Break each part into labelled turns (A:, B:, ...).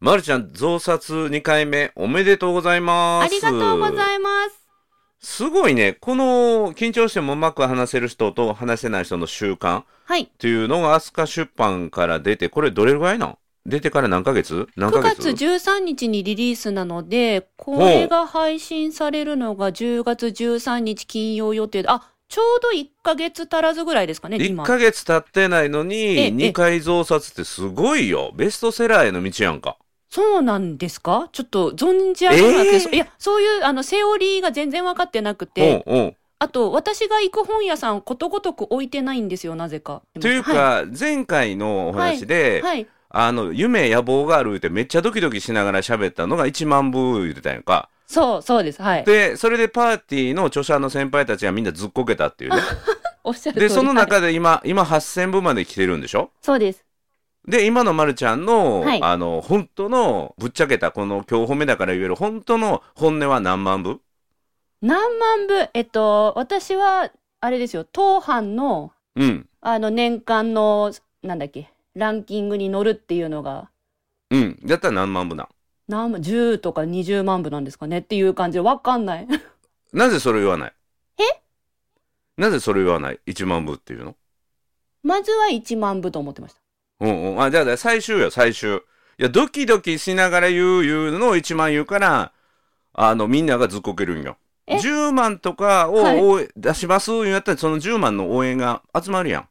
A: まるちゃん、増刷2回目、おめでとうございます。
B: ありがとうございます。
A: すごいね、この、緊張してもうまく話せる人と話せない人の習慣っ
B: はい。
A: ていうのが、アスカ出版から出て、これどれぐらいなん出てから何ヶ月何ヶ
B: 9
A: 月
B: 月13日にリリースなので、これが配信されるのが10月13日金曜予定で、あ、ちょうど1ヶ月足らずぐらいですかね、
A: 1
B: 今。
A: ヶ月経ってないの
B: ええ
A: に、2回増刷ってすごいよ。ベストセラーへの道やんか。
B: そうなんですかちょっと存じ上げなくて、
A: えー
B: そいや、そういう、あの、セオリーが全然分かってなく
A: う
B: て、
A: んうん。
B: あと、私が行く本屋さんことごとく置いてないんですよ、なぜか。
A: というか、
B: は
A: 前回のお話
B: い、
A: で、
B: はい。
A: あの、夢、野望があるってめっちゃドキドキしながら喋ったのが1万部言ってたやんか。
B: そう、そうです。はい。
A: で、それでパーティーの著者の先輩たちがみんなずっこけた っていうね。
B: おっしゃる通
A: で、
B: り
A: その
B: はい
A: 中で今、今8000部まで来てるんでしょ
B: そうです。
A: で、今のまるちゃんの、
B: はい
A: あの、本当の、ぶっちゃけた、この今日褒めだから言える本当の本音は何万部
B: 何万部、えっと、私は、あれですよ、当版の、
A: うん。
B: あの、年間の、なんだっけ、ランキングに乗るっていうのが、
A: うん。だったら何万部なん
B: 何万、10とか20万部なんですかねっていう感じで、わかんない。
A: なぜそれを言わないえなぜそれを言わない ?1 万部っていうの
B: まずは1万部と思ってました。
A: うんうん。あ、じゃあ、最終よ、最終。いや、ドキドキしながら言う、言うのを1万言うから、あの、みんながずっこけるんよ。
B: え
A: 10万とかを、
B: はい
A: 応援出します、言うんやったら、その10万の応援が集まるやん。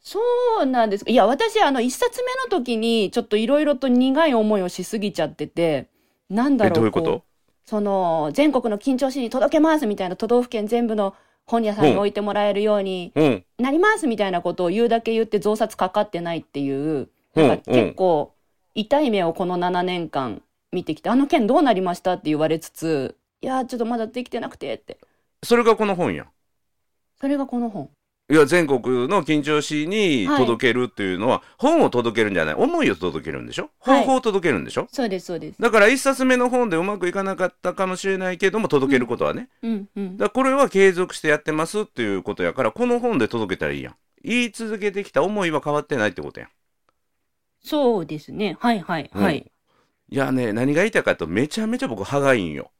B: そうなんです。いや、私、あの、一冊目の時に、ちょっといろいろと苦い思いをしすぎちゃってて、なんだ
A: え、
B: ろう、
A: どういうこ
B: う
A: と
B: その、全国の緊張市に届けますみたいな、都道府県全部の本屋さんに
A: うん
B: 置いてもらえるように
A: うん。
B: なりますみたいなことを言うだけ言って増刷かかってないっていう、
A: うん
B: なんか結構痛い目をこの7年間見てきて、あの件どうなりましたって言われつつ、いやー、ちょっとまだできてなくてって。
A: それがこの本やん。
B: それがこの本。
A: いや、全国の緊張市に
B: はい
A: 届けるっていうのは、本を届けるんじゃない。思いを届けるんでしょ
B: はい
A: 方法を届けるんでしょ、
B: そうです、そうです。
A: だから、一冊目の本でうまくいかなかったかもしれないけども、届けることはね。
B: うん、うん。
A: だからこれは継続してやってますっていうことやからこの本で届けたらいいやん言い続けてきた思いは変わってないってことやん
B: そうですね。はい、はい、
A: うん
B: はい。
A: いやね何が言いたいかとめちゃめちゃ僕歯がいいんよ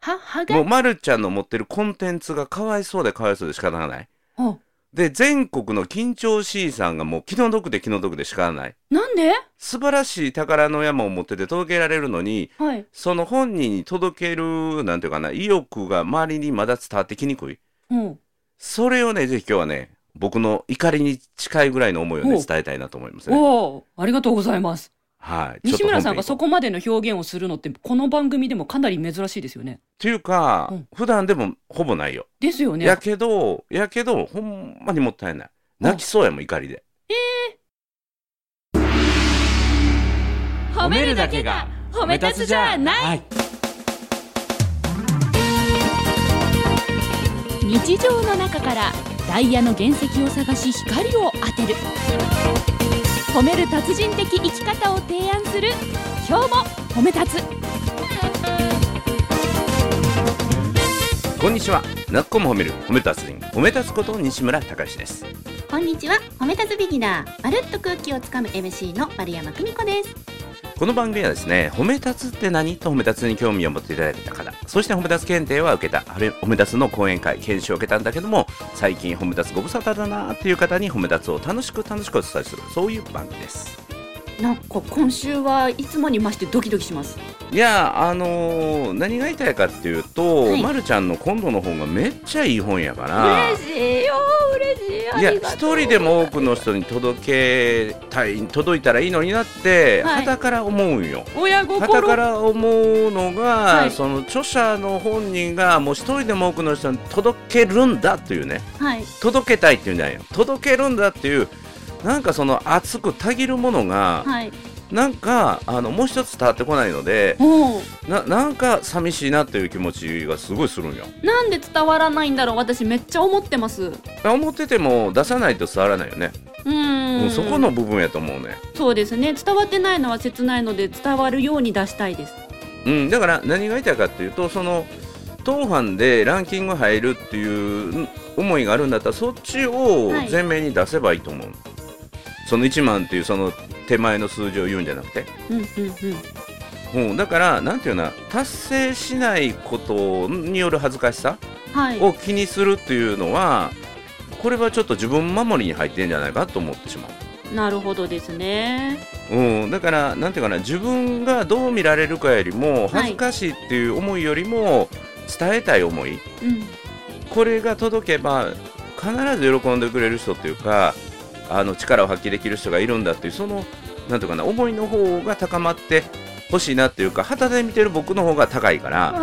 B: は、は
A: もう
B: が、
A: まるちゃんの持ってるコンテンツがかわいそうでかわいそうで仕方がない
B: あ、
A: で全国の緊張 C さんがもう気の毒で気の毒で仕方がない
B: なんで
A: 素晴らしい宝の山を持ってて届けられるのに
B: はい。
A: その本人に届けるなんていうかな意欲が周りにまだ伝わってきにくい
B: うん。
A: それをねぜひ今日はね僕の怒りに近いぐらいの思いを
B: お
A: ね
B: う
A: 伝えたいなと思いますね
B: おお、ありがとうございます。
A: はい。
B: 西村さんがそ
A: こ。
B: こまでの表現をするのって、この番組でもかなり珍しいですよね。
A: っていうか、
B: うん
A: 普段でもほぼないよ。
B: ですよね。
A: やけど、やけど、ほんまにもったいない。泣きそうやもん、怒りで。
B: 褒
C: い
D: 日常の中からダイヤの原石を探し光を当てる褒める達人的生き方を提案する今日も褒め立つ
A: こんにちは。なっこも褒める、褒めたつ人、褒めたつこと西村隆です。
E: こんにちは褒めたつビギナーまるっと空気をつかむ MC の丸山久美子です
A: この番組はですね、褒めたつって何と褒めたつに興味を持っていただいた方、そして褒めたつ検定は受けた、あれ褒めたつの講演会、研修を受けたんだけども、最近褒めたつご無沙汰だなっていう方に褒めたつを楽しく楽しくお伝えする、そういう番組です。
B: なんか今週はいつもに増してドキドキします。
A: いやあのー何が言いたいかっていうと、
E: はい
A: まるちゃんの今度の本がめっちゃいい本やから
E: しいよ嬉しい
A: いや一人でも多くの人に届けたい届いたらいいのになって
B: はい
A: はた、から思うんよ。
B: 親
A: はたか
B: 心。
A: ら思うのが、
B: はい
A: その著者の本人がもう一人でも多くの人に届けるんだというね
E: はい
A: 届けたいっていうんじゃないよ届けるんだっていうなんかその熱くたぎるものが、
E: はい
A: なんかあのもう一つ伝わってこないので、
B: おお、
A: ななんか寂しいなっていう気持ちがすごいするんよ
B: なんで伝わらないんだろう。私めっちゃ思ってます。
A: 思ってても出さないと伝わらないよね、
B: うー。
A: うんん、そこ。の部分やと思うね、
B: そうですね。伝わってないのは切ないので伝わるように出したいです。
A: うん、だから何が言いたいかっていうとその当番でランキング入るっていう思いがあるんだったらそっちを
E: はい
A: 前面に出せばいいと思う、その1万っていうその手前の数字を言うんじゃなくて、
E: うんうんうん
A: うん、だからなんていうのかな達成しないことによる恥ずかしさ
E: はい
A: を気にするっていうのはこれはちょっと自分守りに入ってんじゃないかと思ってしまう。
B: なるほどですね。
A: うん、だから、なんていうかな、自分がどう見られるかよりも、恥ずかしいっていう思いよりも、伝えたい思い、
E: うん
A: これが届けば、必ず喜んでくれる人っていうか、あの力を発揮できる人がいるんだっていう、その、なんていうかな、思いの方が高まってほしいなっていうか、旗で見てる僕の方が高い から、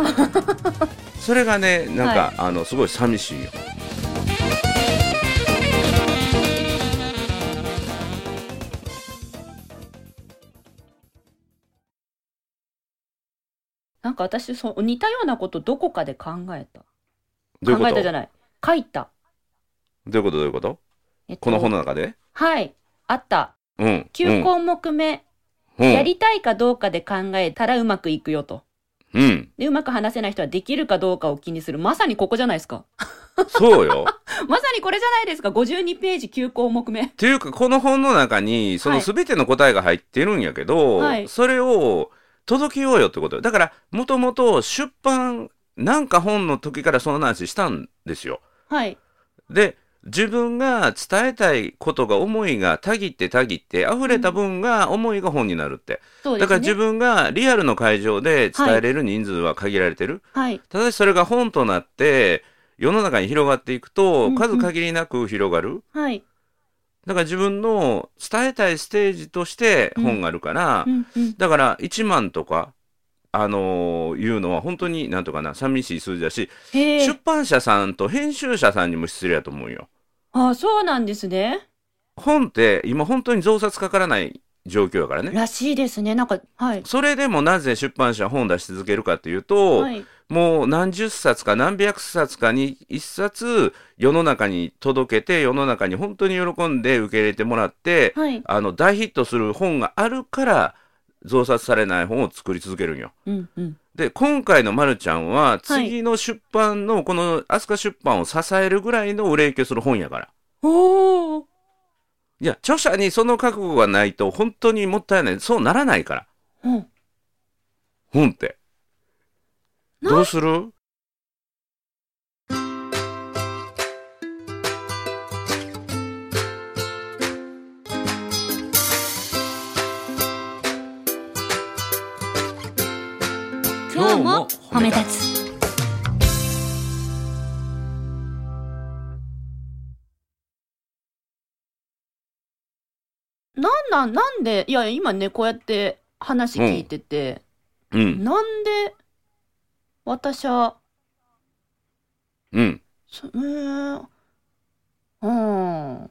A: それがね、なんか、あのすごい寂しいよ。
B: なんか私そ似たようなことどこかで考えた。
A: どういう
B: 考
A: こ
B: え
A: と
B: たじゃ
A: ど
B: ない。書いた。
A: ういうことどういうこと
B: えっと
A: この本の中で
B: はい。あった。
A: うん。
B: 9項目目、
A: うん
B: やりたいかどうかで考えたらうまくいくよと。
A: うん。
B: で、うまく話せない人はできるかどうかを気にする。まさにここじゃないですか。
A: そうよ。
B: まさにこれじゃないですか。52ページ9項目目。
A: っていうかこの本の中にそ
B: は
A: の
B: い
A: 全ての答えが入ってるんやけど、
B: はい
A: それを届けようよってことよだからもともと出版なんか本の時からその話したんですよ。
B: はい。
A: で自分が伝えたいことが思いがたぎってたぎって溢れた分が思いが本になるって、
B: そう
A: だ
B: ですね。
A: から自分がリアルの会場で伝えれる人数は限られてる、
B: はい。
A: ただしそれが本となって世の中に広がっていく
B: う
A: と
B: んうん
A: 数限りなく広がる、
B: はい。
A: だから自分の伝えたいステージとして本があるから、
B: うんうん。
A: だから1万とか、あのーいうのは本当になんとかな寂しい数字だし、
B: へ
A: 出
B: え。
A: 版社さんと編集者さんにも失礼やと思うよ。
B: あ、そうなんですね。
A: 本って今本当に増刷かからない状況やからね。
B: らしいですね。なんか、はい。
A: それでもなぜ出版社は本出し続けるかっていうと、
B: はい。
A: もう何十冊か何百冊かに一冊世の中に届けて世の中に本当に喜んで受け入れてもらって、
B: はい。
A: あの大ヒットする本があるから増刷されない本を作り続けるんよ。
B: うんうん。
A: で今回のまるちゃんは
B: はい
A: 次の出版のこの飛鳥出版を支えるぐらいの売れ行きをする本やから。
B: おー。
A: いや著者にその覚悟がないと本当にもったいないそうならないから
B: うん。
A: 本って。
E: な
A: どうする
D: 今日も褒め立つ
B: なんなん、なんで、いや、今ね、こうやって話聞いてて、
A: うん
B: なんで、私は、
A: うん。
B: そえーうん。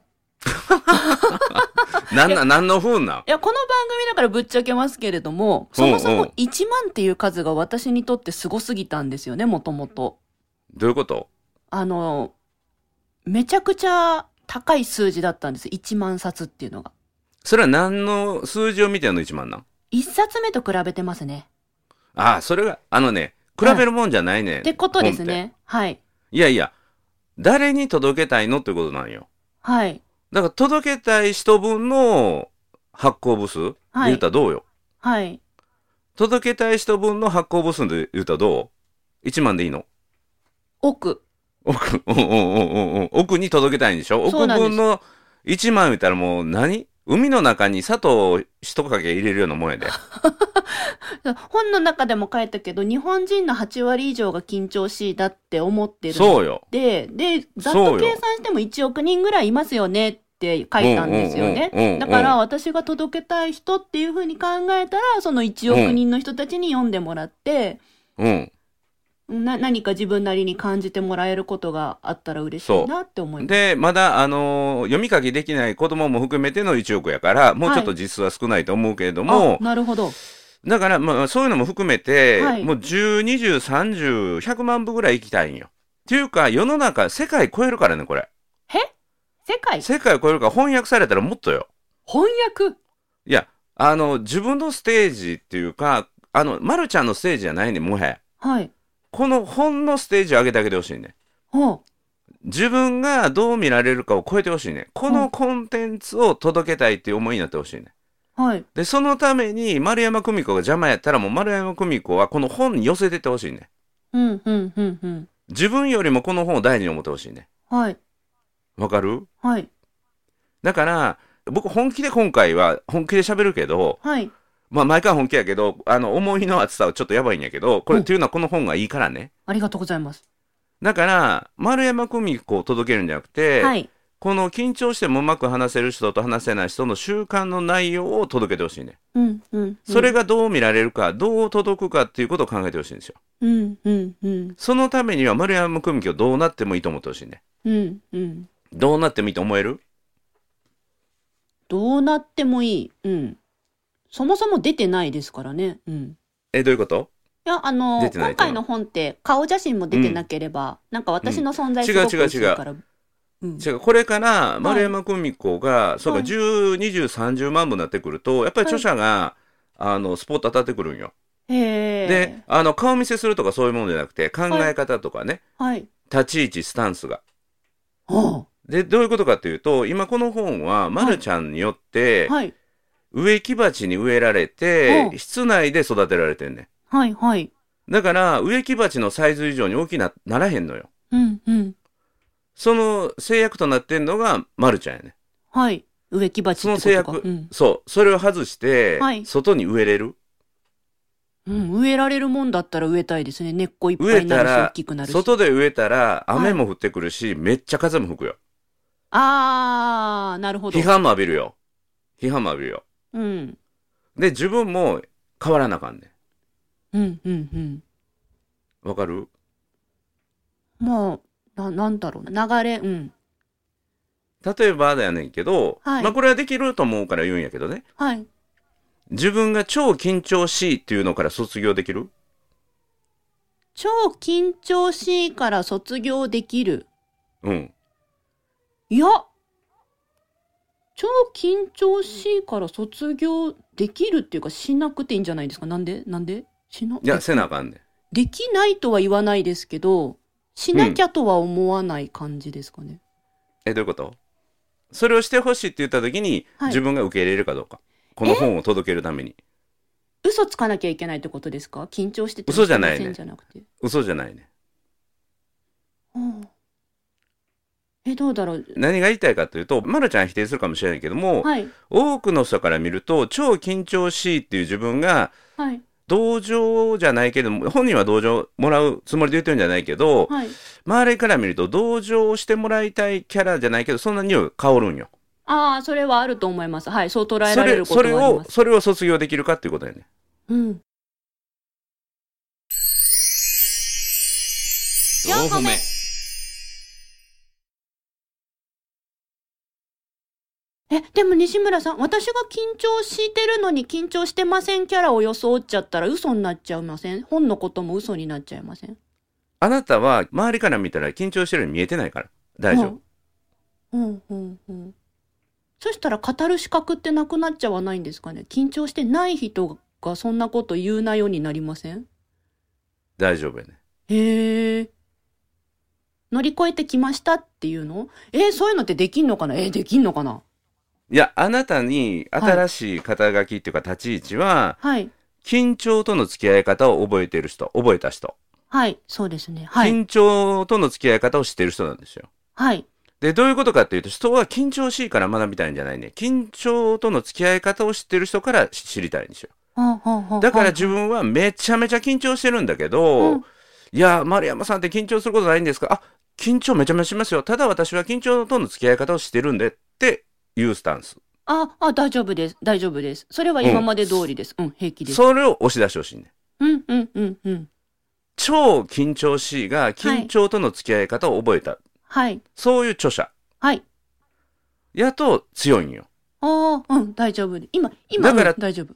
A: なんな何の本なん
B: いや、この番組だからぶっちゃけますけれども、そもそも1万っていう数が私にとってすごすぎたんですよね、もともと。
A: どういうこと
B: あの、めちゃくちゃ高い数字だったんです。1万冊っていうのが。
A: それは何の数字を見てんの一万なん
B: 1冊目と比べてますね。
A: ああそれがあのね比べるもんじゃないねん。
B: ってことです
A: 本って。
B: ね。はい。
A: いやいや誰に届けたいのってことなんよ。
B: はい。
A: だから届けたい人分の発行部数で
B: はい
A: 言うたらどうよ、
B: はい。
A: 届けたい人分の発行部数で言うたらどう ?1 万でいいの
B: 奥。
A: 奥、うんうんうんうんうん奥に届けたいんでしょ
B: そう
A: 奥
B: なんです
A: 分の1万言ったらもう何海の中に砂糖一かけ入れるようなもんやで。
B: 本の中でも書いたけど、日本人の8割以上が緊張しいだって思ってるの
A: そうよ。
B: で、で、ざっ
A: そ
B: と
A: うよ
B: 計算しても1億人ぐらいいますよねって書いたんですよ
A: うんうんうんう
B: ね
A: ん。
B: だから私が届けたい人っていうふうに考えたら、その1億人の人たちに読んでもらって、
A: うん。
B: な何か自分なりに感じてもらえることがあったら嬉しいなって思います。
A: で、まだ、あのー読み書きできない子供も含めての1億やから、もうちょっと実数は少ないと思うけれども、
B: あなるほど。
A: だから、まあ、そういうのも含めて、
B: はい
A: もう10、20、30、100万部ぐらい行きたいんよ。っていうか、世の中、世界超えるからね、これ。
B: 世界
A: 世界超えるから、翻訳されたらもっとよ。
B: 翻訳
A: いや、あの、自分のステージっていうか、あの、まるちゃんのステージじゃないね、もはや。
B: はい。
A: この本のステージを上げてあげてほしいね。
B: ほ
A: 自分がどう見られるかを超えてほしいね。こ
B: う
A: のコンテンツを届けたいっていう思いになってほしいね。
B: う
E: はい。
A: でそのために丸山久美子が邪魔やったらもう丸山久美子はこの本に寄せてってほしいね
E: うん、うん、うん、うん。
A: 自分よりもこの本を大事に思ってほしいね
E: はい。
A: わかる
E: はい。
A: だから僕本気で今回は本気で喋るけど
E: はい。
A: まあ毎回本気やけどあの思いの厚さはちょっとやばいんやけどこれ
E: うん
A: っていうのはこの本がいいからね
E: ありがとうございます。
A: だから丸山久美子を届けるんじゃなくて、
E: はい。
A: この緊張してもうまく話せる人と話せない人の習慣の内容を届けてほしいね。
E: うん、うん。
A: それ、がどう見られるか、どう届くかっていうことを考えてほしいんですよ。
E: うん、うん、うん。
A: そのためには丸山久美子どうなってもいいと思ってほしいね。
E: うん、うん。
A: どうなってもいいと思える
E: どうなってもいい。うん。そもそも出てないですからね。うん。
A: え、どういうこと
B: いや、あの、
A: 出てない
B: 今
A: と
B: 回の本って顔写真も出てなければ、なんか私の存在
A: うん
B: す
A: 違う
B: ごく
A: 違う
B: 薄いから。うん
A: 違う、これから丸山久美子が、そうか、
B: はい
A: 10、20、30万部になってくると、やっぱり著者が、あの、スポット当たってくるんよ。
E: へえ。
A: で、、あの、顔見せするとかそういうものじゃなくて、考え方とかね、
E: はい。
A: 立ち位置、スタンスが。
E: は
A: で、どういうことかというと、今この本は、まるちゃんによって、
E: あはい。
A: 植木鉢に植えられて
E: う、ん
A: 室内で育てられてんね
E: はい、はい。
A: ん。だから、植木鉢のサイズ以上に大きな、ならへんのよ。
E: うん、うん。
A: その制約となってんのが、まるちゃんやね。
E: はい。植木鉢っ
A: そ
E: てこと
A: の
E: か。
A: 制約
E: うん。
A: そう。それを外して、
E: はい
A: 外に植えれる。
E: うん、植えられるもんだったら植えたいですね。根っこいっぱ
A: 植
E: い
A: え
E: にな
A: た
E: るし、大
A: ら
E: きくな、るし。
A: 外で植えたら、雨も降ってくるし、めっちゃ風も吹くよ。
E: あー、なるほど
A: 批。判も浴びるよ。批判も浴びるよ。
E: うん。
A: で、自分も変わらなあかんね
E: うん、うん、うん。
A: ん。わかる
E: まあ、な、なんだろうな。流れ、うん。
A: 例えばだよねんけど、
E: はい
A: まあこれはできると思うから言うんやけどね。
E: はい。
A: 自分が超緊張しいっていうのから卒業できる
E: 超緊張しいから卒業できる。
A: うん。
E: いや、超緊張しいから卒業できるっていうか、しなくていいんじゃないですか。なんでなんでしな、
A: いや、せなあかんねん。
E: できないとは言わないですけど、しなきゃとは思わない感じですかね。
A: え、どういうことそれをしてほしいって言った時に、
B: はい
A: 自分が受け入れるかどうか。この本を届けるために。
E: 嘘つかなきゃいけないってことですか緊張してても
A: 嘘じゃないね
E: してませんじゃなくて。
A: 嘘じゃないね。
E: うんえ、どうだろう
A: 何が言いたいかというと、まるちゃんは否定するかもしれないけども、
E: はい。
A: 多くの人から見ると、超緊張しいっていう自分が、
E: はい。
A: 同情じゃないけども、本人は同情もらうつもりで言ってるんじゃないけど、
E: はい。
A: 周りから見ると同情してもらいたいキャラじゃないけど、そんな匂い香るんよ。
E: ああ、それはあると思います。はい。そう捉え
A: そ
E: られ
A: れ、
E: るこ
A: それ
E: とはありま
A: を、
E: す。
A: それを卒業できるかっていうことやね。
E: うん。
A: 4
B: 個目
E: え、でも西村さん、私が緊張してるのに緊張してませんキャラを装っちゃったら嘘になっちゃいません本のことも嘘になっちゃいません
A: あなたは周りから見たら緊張してるように見えてないから大丈夫、
E: うん。うん、うん、うん。そしたら語る資格ってなくなっちゃわないんですかね緊張してない人がそんなこと言うなようになりません
A: 大丈夫やね
E: へえ。乗り越えてきましたっていうのえーそういうのってできんのかなえーできんのかない
A: やあなたに新しい肩書きっていうか立ち位置は
E: はい。
A: 緊張との付き合い方を覚えてる人覚えた人、
E: はい。そうですね。はい。
A: 緊張との付き合い方を知ってる人なんですよ
E: はい。
A: でどういうことかっていうと人は緊張しいから学びたいんじゃないね緊張との付き合い方を知ってる人から知りたいんですよ
E: ほうほうほう
A: だから
E: はい
A: 自分はめちゃめちゃ緊張してるんだけど、
E: うん
A: いや丸山さんって緊張することないんですかあ緊張めちゃめちゃしますよただ私は緊張との付き合い方をしてるんでっていうスタンス
E: あ、あ、大丈夫です。大丈夫です。それは今まで通りです。うん、平気です。
A: それを押し出してほしいね
E: うん、うん、うん、うん。
A: 超緊張しいが緊張との付き合い方を覚えた、
E: はい。
A: そういう著者
E: はい。
A: やと強いんよ
E: ああ、うん、大丈夫です。今、今、
A: だから
E: うん大丈夫。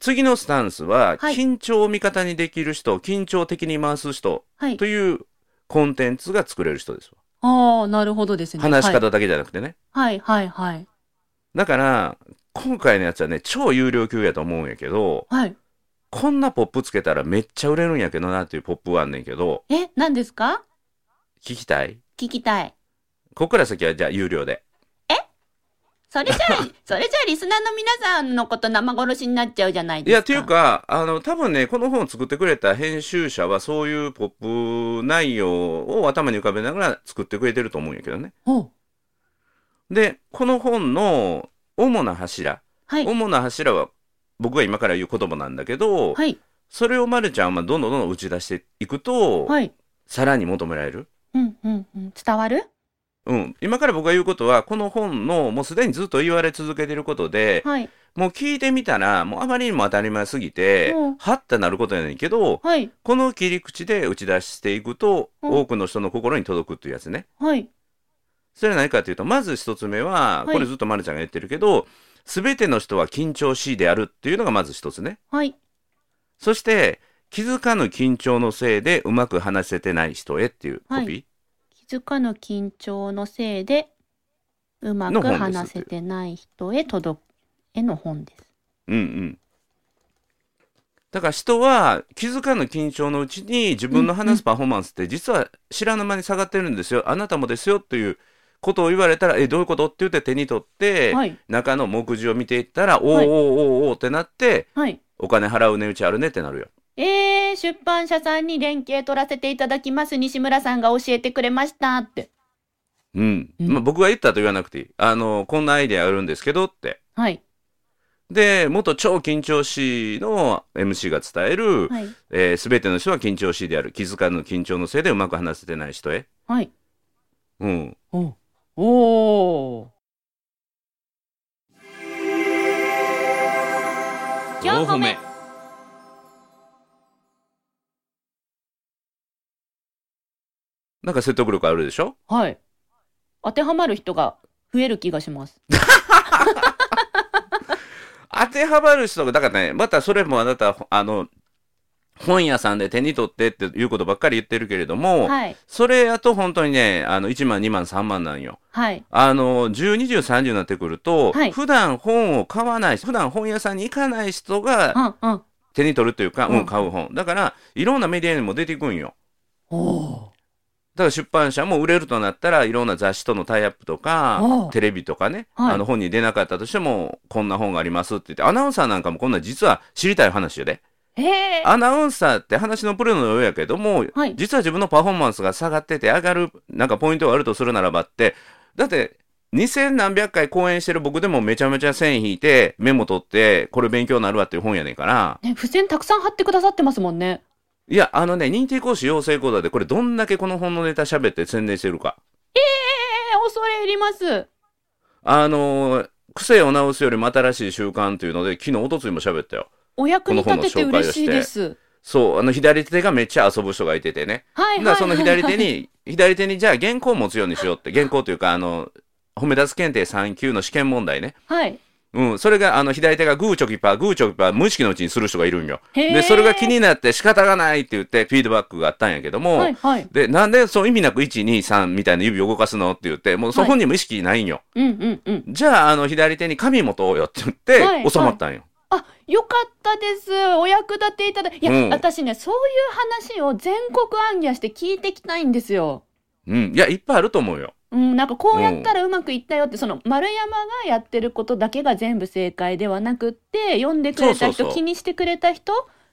A: 次のスタンスは、
E: はい
A: 緊張を味方にできる人緊張的に回す人
E: はい
A: と。いうコンテンツが作れる人ですわ
E: ああ、なるほどですね。
A: 話し方だけじゃなくてね、
E: はい。はい、はい、はい。
A: だから今回のやつはね超有料級やと思うんやけど
E: はい。
A: こんなポップつけたらめっちゃ売れるんやけどなっていうポップはあんねんけど
B: え、何ですか
A: 聞きたい
B: 聞きたい。
A: ここから先はじゃあ有料で
B: それじゃ あ、それじゃあリスナーの皆さんのこと生殺しになっちゃうじゃない
A: い
B: ですか。
A: や、っていうか、あの、多分ね、この本を作ってくれた編集者は、そういうポップ内容を頭に浮かべながら作ってくれてると思うんやけどね。
E: ほ
A: で、この本の主な柱、
B: はい。
A: 主な柱は、僕が今から言う言葉なんだけど、
B: はい。
A: それをまるちゃんはどんどんどんどん打ち出していくと、
B: はい。
A: さらに求められる。
B: うん、うん、うん。伝わる
A: うん、今から僕が言うことはこの本のもうすでにずっと言われ続けてることで
B: はい。
A: もう聞いてみたらもうあまりにも当たり前すぎて、
B: うん
A: はってなることやねんけど
B: はい。
A: この切り口で打ち出していくと、
B: うん
A: 多くの人の心に届くっていうやつね。
B: はい。
A: それは何かというとまず一つ目は、
B: はい
A: これずっとまるちゃんが言ってるけど全ての人は緊張しいであるっていうのがまず一つね。
B: はい。
A: そして気づかぬ緊張のせいでうまく話せてない人へっていうコピー。
B: はい気づかぬ緊張のせいで、うま
A: の
B: く
A: 本です
B: 話せてない人へ届く、への本です。
A: うんうん。だから人は気づかぬ緊張のうちに自分の話すパフォーマンスって実は知らぬ間に下がってるんですよ、あなたもですよっていうことを言われたら、え、どういうことって言って手に取って、
B: はい。
A: 中の目次を見ていったら、おーお
B: は
A: ー
B: い
A: おーおーってなって、
B: はい。
A: お金払う値打ちあるねってなるよ。
B: えー、出版社さんに連携取らせていただきます。西村さんが教えてくれましたって。
A: うん。
B: うん
A: まあ、僕が言ったと言わなくていい。あの、こんなアイデアあるんですけどって。
B: はい。
A: で、元超緊張しいの MC が伝える、
B: はい。
A: えー全ての人は緊張しいである。気づかぬ緊張のせいでうまく話せてない人へ。
B: はい。
A: うん。
E: おー
F: 4歩目
A: なんか説得力あるでしょ
E: はい。当てはまる人が増える気がします。
A: 当てはまる人がだからねまたそれもあなたあの本屋さんで手に取ってっていうことばっかり言ってるけれども、
B: はい。
A: それやと本当にねあの1万2万3万なんよ。
B: はい。
A: あの102030になってくると、
B: はい
A: 普段本を買わない普段本屋さんに行かない人
B: う
A: が
B: ん、うん。
A: 手に取るというか、
B: うん
A: うん、買う本だからいろんなメディアにも出ていくんよ。
E: お
A: だから出版社も売れるとなったらいろんな雑誌とのタイアップと
E: お
A: か
E: う
A: テレビとかね、
E: はい
A: あの本に出なかったとしてもこんな本がありますって言ってアナウンサーなんかもこんな実は知りたい話よね
E: ー。へー。
A: アナウンサーって話のプロのようやけども、
B: はい
A: 実は自分のパフォーマンスが下がってて上がるなんかポイントがあるとするならばってだって2000何百回講演してる僕でもめちゃめちゃ線引いてメモ取ってこれ勉強になるわっていう本やねんから
E: ね、付箋たくさん貼ってくださってますもんね。
A: いやあのね認定講師養成講座でこれどんだけこの本のネタ喋って宣伝してるか
E: えー、恐れ入ります。
A: あのー癖を直すよりも新しい習慣というので、昨日、一昨日も喋ったよ。
E: お役に立てて
A: この本の紹介
E: 嬉
A: をして
E: しいです。
A: そう、あの、左手がめっちゃ遊ぶ人がいててね。
E: はいはい、
A: だ
E: は
A: か
E: い。
A: らその左手に、左手にじゃあ原稿を持つようにしようって、原稿というか、あの、褒め出す検定3級の試験問題ね。
E: はい。
A: うん、それが、あの、左手がグーチョキパー、グーチョキパー、無意識のうちにする人がいるんよ。
E: へー
A: で、それが気になって仕方がないって言って、フィードバックがあったんやけども、
E: はいはい。
A: で、なんでそう意味なく1、2、3みたいな指を動かすのって言って、もうそこにも意識ないんよ。
E: うんうんうん。
A: じゃあ、あの、左手に紙持とうよって言って、
E: はい
A: 収まったんよ。
E: あ、よかったです。お役立ていただいや、
A: うん
E: 私ね、そういう話を全国暗夜して聞いてきたいんですよ。
A: うん、いや、いっぱいあると思うよ。
E: うん、なんかこうやったらうまくいったよって、その丸山がやってることだけが全部正解ではなくって、読んでくれた人、
A: そうそうそう
E: 気にしてくれた人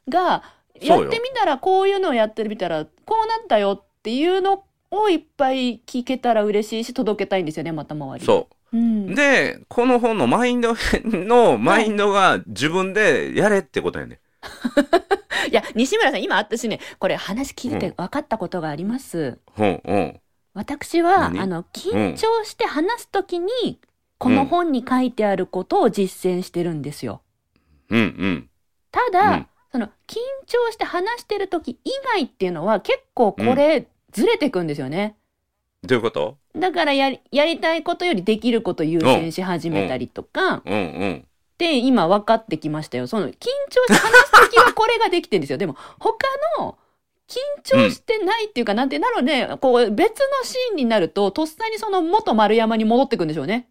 E: が、
A: そう
E: や
A: よ
E: ってみたらこういうのをやってみたら、こうなったよっていうのをいっぱい聞けたら嬉しいし、届けたいんですよね、また周り。。
A: そうう。
E: ん。
A: で、この本のマインドのマインドが自分でやれってことやね。
E: いや、西村さん、今私ね、これ話聞いてて分かったことがあります。
A: うん、うん。
E: 私は、あ
A: 何
E: の、緊張して話すときに、この本に書いてあることを実践してるんですよ。
A: うん、うん。
E: ただ、
A: うん
E: その、緊張して話してるとき以外っていうのは、結構これ、ずれてくんですよね。
A: どういうこと
E: だからやり、やりたいことよりできること優先し始めたりとか、
A: うん、うん。
E: で、今分かってきましたよ。その、緊張して話すときはこれができてるんですよ。でも、他の、緊張してないっていうか、なんて、なので、こう、別のシーンになると、とっさにその元丸山に戻ってくんでしょうね。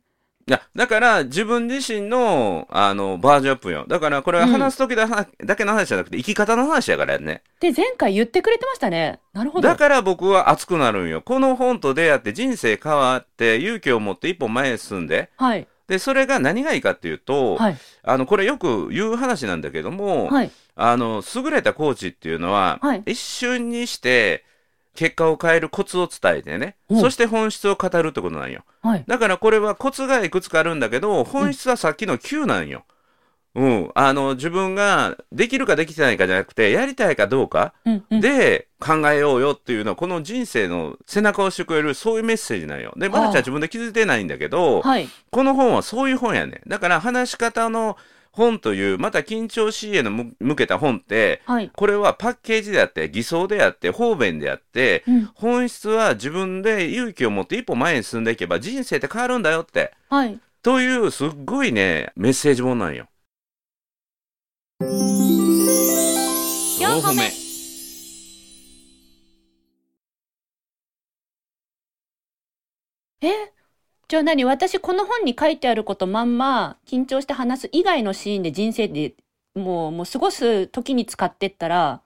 A: いや、だから自分自身の、あの、バージョンアップよ。だからこれは話す時だ,、だけの話じゃなくて、生き方の話やからやね。
E: で、前回言ってくれてましたね。なるほど。
A: だから僕は熱くなるんよ。この本と出会って人生変わって、勇気を持って一歩前へ進んで、
E: はい。
A: でそれが何がいいかっていうと、
B: はい
A: あのこれよく言う話なんだけども、
B: はい
A: あの優れたコーチっていうのは、
B: はい
A: 一瞬にして結果を変えるコツを伝えてね
B: うん
A: そして本質を語るってことなんよ
B: はい
A: だからこれはコツがいくつかあるんだけど本質はさっきの Q なんよ。うん、あの自分ができるかできてないかじゃなくてやりたいかどうか
B: うんうん
A: で考えようよっていうのはこの人生の背中を押してくれるそういうメッセージなんよ。でまなちゃん自分で気づいてないんだけど、
B: はい
A: この本はそういう本やねだから話し方の本というまた緊張 CA のむ向けた本って
B: はい
A: これはパッケージであって偽装であって方便であって、
B: うん
A: 本質は自分で勇気を持って一歩前に進んでいけば人生って変わるんだよって
B: はい
A: というすっごいねメッセージ本なんよ。
D: 4歩目
E: えじゃあ何私この本に書いてあることまんま緊張して話す以外のシーンで人生でもうもう過ごす時に使ってったら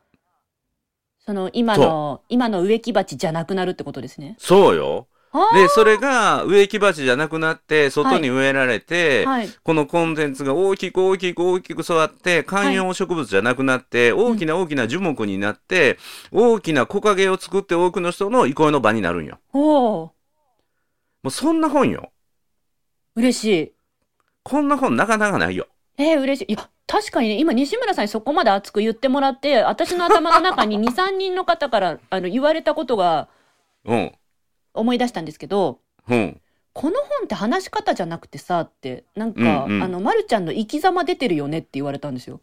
E: その今の今の植木鉢じゃなくなるってことですね。
A: そうよ
E: あ
A: でそれが植木鉢じゃなくなって外に植えられて、
E: はい
A: このコンテンツが大きく大きく大きく育って観葉植物じゃなくなって、大きな大きな樹木になって、大きな木陰を作って多くの人の憩いの場になるんよ。
E: おー
A: もうそんな本よ。
E: 嬉しい。
A: こんな本なかなかないよ。
E: えー、嬉しい。いや、確かにね、今、西村さんにそこまで熱く言ってもらって、私の頭の中に2、3人の方からあの言われたことが
A: うん。
E: 思い出したんですけど、
A: うん。
E: この本って話し方じゃなくてさ、って、なんか、
A: うんうん
E: あの、まるちゃんの生き様出てるよねって言われたんですよ。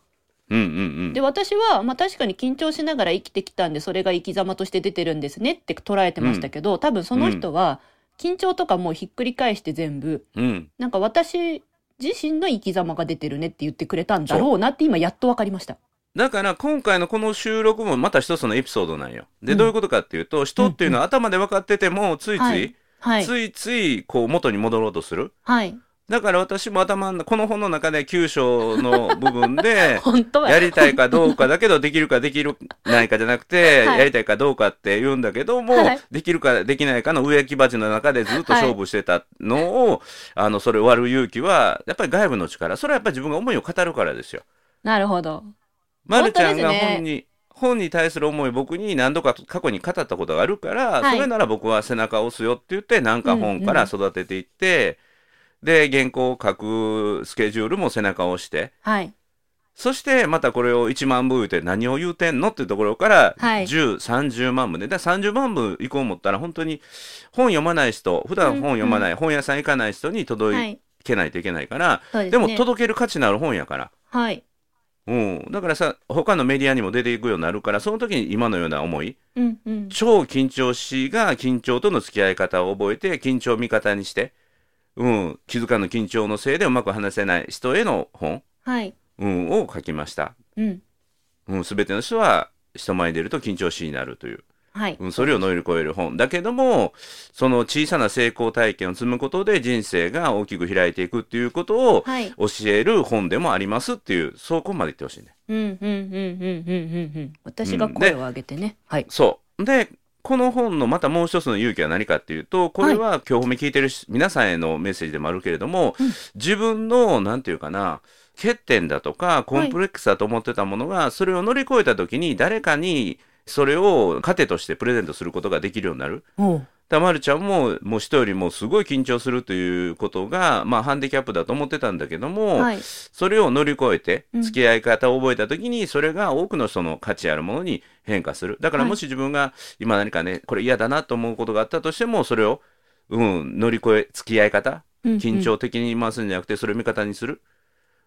A: うんうんう
E: で、
A: ん。
E: 私は、まあ確かに緊張しながら生きてきたんで、それが生き様として出てるんですねって捉えてましたけど、多分その人は、緊張とかもうひっくり返して全部、
A: うん。
E: なんか私自身の生き様が出てるねって言ってくれたんだろうなって今やっとわかりました。
A: だから今回のこの収録もまた一つのエピソードなんよ。で、
E: うん
A: どういうことかっていうと、人っていうのは頭で分かってても、ついつい、
E: はいはい。
A: ついついこう元に戻ろうとする。
E: はい。
A: だから私も頭の、この本の中で9章の部分 で、
E: 本当は
A: やりたいかどうかだけど、できるかできるないかじゃなくて、
E: はい
A: やりたいかどうかって言うんだけども、
E: はい
A: できるかできないかの植木鉢の中でずっと勝負してたのを、あの、それを割る勇気は、やっぱり外部の力、それはやっぱり自分が思いを語るからですよ。
E: なるほど。
A: まるちゃんが
E: 本当ですね
A: 本に、本に対する思い僕に何度か過去に語ったことがあるから、
E: はい
A: それなら僕は背中を押すよって言ってなんか本から育てていって、で原稿を書くスケジュールも背中を押して
E: はい。
A: そしてまたこれを1万部言うて何を言うてんのっていうところから
E: はい
A: 1030万部で、だから30万部以降思ったら本当に本読まない人普段本読まない、本屋さん行かない人に
E: は
A: 届
E: い。
A: けないといけないから、
E: そうですね。
A: でも届ける価値のある本やから。
E: はい。
A: うん、だからさ他のメディアにも出ていくようになるからその時に今のような思い
E: うんうん。
A: 超緊張しが緊張との付き合い方を覚えて緊張を味方にして、うん、気づかぬ緊張のせいでうまく話せない人への本、
E: はい。
A: うん、を書きました、
E: うん。
A: うん、全ての人は人前に出ると緊張しになるという、
E: はい。
A: うん、それを乗り越える本だけどもその小さな成功体験を積むことで人生が大きく開いていくっていうことを
E: はい。
A: 教える本でもありますっていうそこまで言ってほしいね。
E: うんうんうんうんうんうんうん。私が
A: うん
E: 声
A: で
E: を上げてね。はい。
A: そう。で、この本のまたもう一つの勇気は何かっていうと、これは今日褒め聞いてるし皆さんへのメッセージでもあるけれども、自分の、なんていうかな、欠点だとか、コンプレックスだと思ってたものが、それを乗り越えた時に誰かに、それを糧としてプレゼントすることができるようになる。
B: おう
A: だまるちゃんも、もう人よりもすごい緊張するということが、まあハンディキャップだと思ってたんだけども、
E: はい。
A: それを乗り越えて
E: うん
A: 付き合い方を覚えた時にそれが多くの人の価値あるものに変化するだから
E: はい
A: もし自分が今何かねこれ嫌だなと思うことがあったとしてもそれを、うん、乗り越え付き合い方緊張的に回すんじゃなくてそれを味方にする。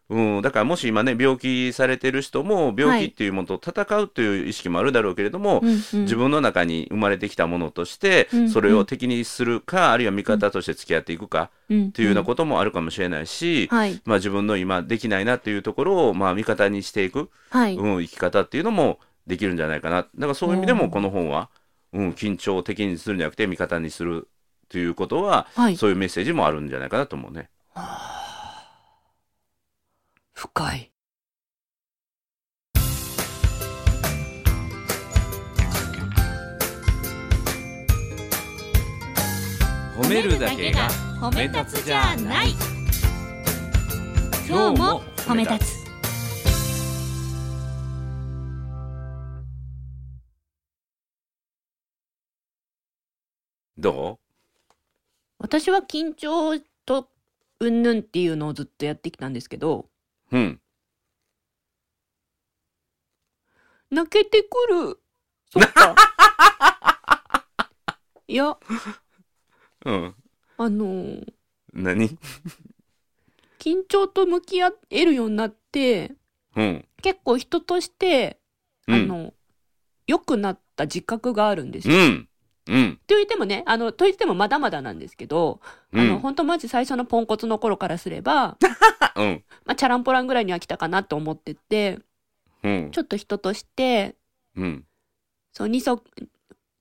A: うん、だからもし今ね病気されてる人も病気っていうものと戦うという意識もあるだろうけれども、
E: うんうん。
A: 自分の中に生まれてきたものとして、
E: うん
A: それを敵にするかあるいは味方として付き合っていくか
E: 分っ
A: っていうようなこともあるかもしれないし、
E: はい。
A: まあ、自分の今できないなっていうところをまあ味方にしていく、
E: はい。
A: うん、生き方っていうのもできるんじゃないかなだからそういう意味でもこの本は、うん、緊張を敵にするんじゃなくて味方にするということは、
E: はい。
A: そういうメッセージもあるんじゃないかなと思うね。
B: 深い
A: 褒
D: 褒めるだけが褒め立つじゃない今日も褒め立つ
A: ど
B: 私は緊張とうんぬんっていうのをずっとやってきたんですけど
A: ううん
B: 泣けてくるそっかいや
A: うん
B: あのー
A: 何
B: 緊張と向き合えるようになって
A: うん
B: 結構人として、
A: う
B: あ
A: ん
B: の良くなった自覚があるんです
A: う
B: よ。
A: んうん
B: と言ってもねあのと言ってもまだまだなんですけど、
A: う
B: あの
A: ん
B: 本当マジ最初のポンコツの頃からすれば、
A: うん
B: まあ、チャランポランぐらいには来たかなと思ってて
A: うん
B: ちょっと人として
A: うん
B: そう二足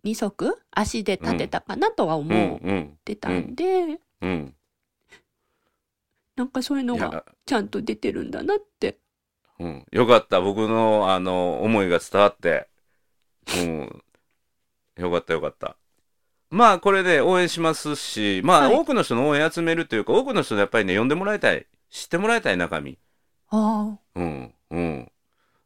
B: 二足足で立てたかなとは
A: うん
B: 思っ
A: うん
B: てたんで、
A: うん
B: なんかそういうの
A: い
B: が
A: や
B: ちゃんと出てるんだなって
A: うん、よかった僕のあの思いが伝わって、うん、よかったよかったまあこれで応援しますしまあ、
B: はい
A: 多くの人の応援集めるというか多くの人のやっぱりね呼んでもらいたい知ってもらいたい中身
B: あ
A: うんうん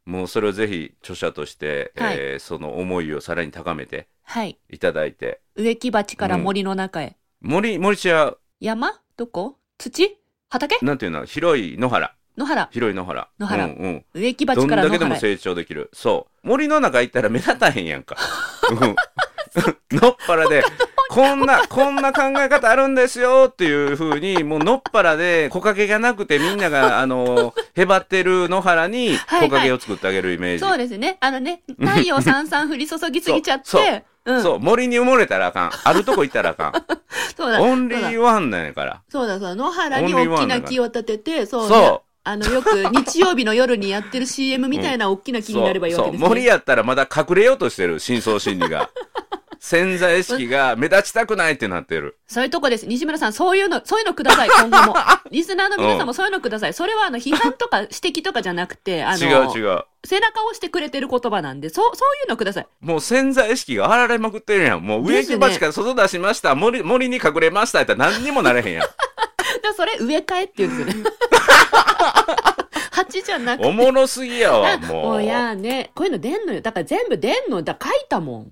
A: もうそれをぜひ著者として、
B: はい
A: えーその思いをさらに高めて
B: はい
A: いただいて
B: 植木鉢から森の中へ、
A: 森森千は
B: 山どこ土畑
A: なんていうの広い野原
B: 野原
A: 広い野原
B: 野原
A: うんうん、
B: 植木
A: ど
B: 鉢
A: ん
B: から
A: だ
B: 野
A: けでも
B: 原へ
A: 成長できるそう森の中行ったら目立たへんやんかうん のっぱら でこんなこんな考え方あるんですよっていう風にもうのっぱらで木陰がなくてみんな があのへばってる野原に
B: はいはい
A: 木陰を作ってあげるイメージ、
B: そうですねあのね太陽さんさん降り注ぎすぎちゃって
A: そうそう
B: うん、
A: そう森に埋もれたらあかんあるとこ行ったらあか
B: そうんだ
A: オンリーワンなんやから
B: そうだそうだ野原に
A: オンリー
B: 大
A: ワ
B: き
A: ンだ
B: な
A: から
B: 木を立ててそう,、ね、
A: そう
B: あのよく日曜日の夜にやってる CM みたいな大きな木になればいいわけです
A: そうそう森
B: ね。
A: やったらまだ隠れようとしてる深層心理 が潜在意識が目立ちたくないってなってる
B: そういうとこです。西村さん、そういうの、そういうのください、今後も。リスナーの皆さんもそういうのください。それは、あの、批判とか指摘とかじゃなくて、あ
A: 違
B: の、
A: う違う
B: 背中を押してくれてる言葉なんで、そう、そういうのください。
A: もう潜在意識があられまくってるやんもう植木鉢から外出しました、森森に隠れましたやったら何にもなれへんやん
B: だからそれ、植え替えって言うんですよ ね。 鉢じゃなくて。
A: おもろすぎやわ
B: も
A: もう
B: うやーね、こういうの出んのよ。だから全部出んの。だから書いたもん。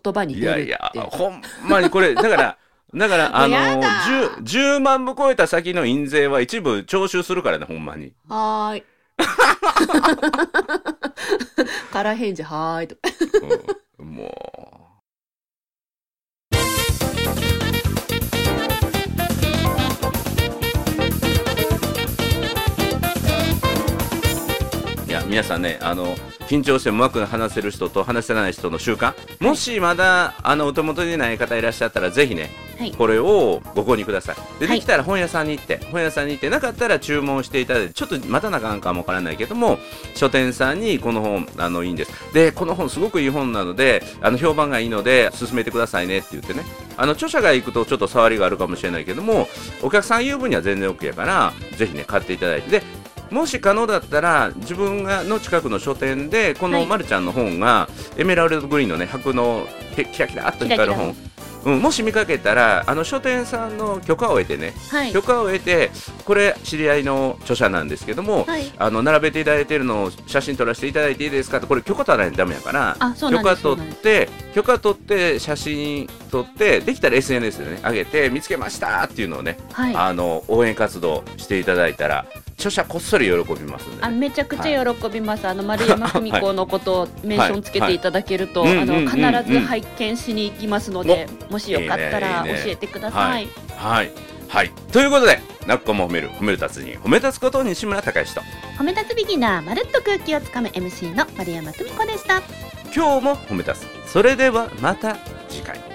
B: 言葉に
A: い
B: 出るっ
A: や
B: て。
A: いやほんまにこれだからだからあの
B: もうやだ
A: 10, 10万部超えた先の印税は一部徴収するからねほんまに
B: はー い。空返事、はーいと。
A: うんもう。いや皆さんねあの緊張してうまく話せる人と話せない人の習慣もしまだあのお手元にない方いらっしゃったらぜひね、
D: はい
A: これをご購入くださいで
D: はい
A: できたら本屋さんに行って本屋さんに行ってなかったら注文していただいてちょっと待たなあかんかもわからないけども書店さんにこの本あのいいんですでこの本すごくいい本なのであの評判がいいので勧めてくださいねって言ってねあの著者が行くとちょっと触りがあるかもしれないけどもお客さん言う分には全然 OK やからぜひね買っていただいてでもし可能だったら自分がの近くの書店でこ
D: は
A: の
D: い
A: まるちゃんの本がエメラルドグリーンのね白のキラキラっと光る本うん、もし見かけたらあの書店さんの許可を得てね
D: はい
A: 許可を得てこれ知り合いの著者なんですけども、
D: はい
A: あの並べていただいているのを写真撮らせていただいていいですかってこれ許可取らないとダメやから
D: あそうな
A: 許
D: んで
A: 可
D: すそう
A: 取
D: なん
A: っ
D: で
A: て許可取って写真撮ってできたら SNS でね上げて見つけましたっていうのをね、
D: すはい
A: あの応援活動していただいたら著者こっそり喜びますんで、
E: あ
A: ね、
E: めちゃくちゃ喜びます、あの丸 山久美子のことをメンションつけていただけると、
A: はいはい
E: あ
A: うん
E: の
A: うんうんうん
E: 必ず拝見しに行きますので、もしよかったら
A: いい
E: 教
A: ねいいね
E: えてください。
A: はいはいということで「なっこも褒める褒める達人褒め立つこと西村隆之と
D: 褒め立つビギナーまるっと空気をつかむ MC の丸山久美子でした
A: 今日も褒め立つそれではまた次回。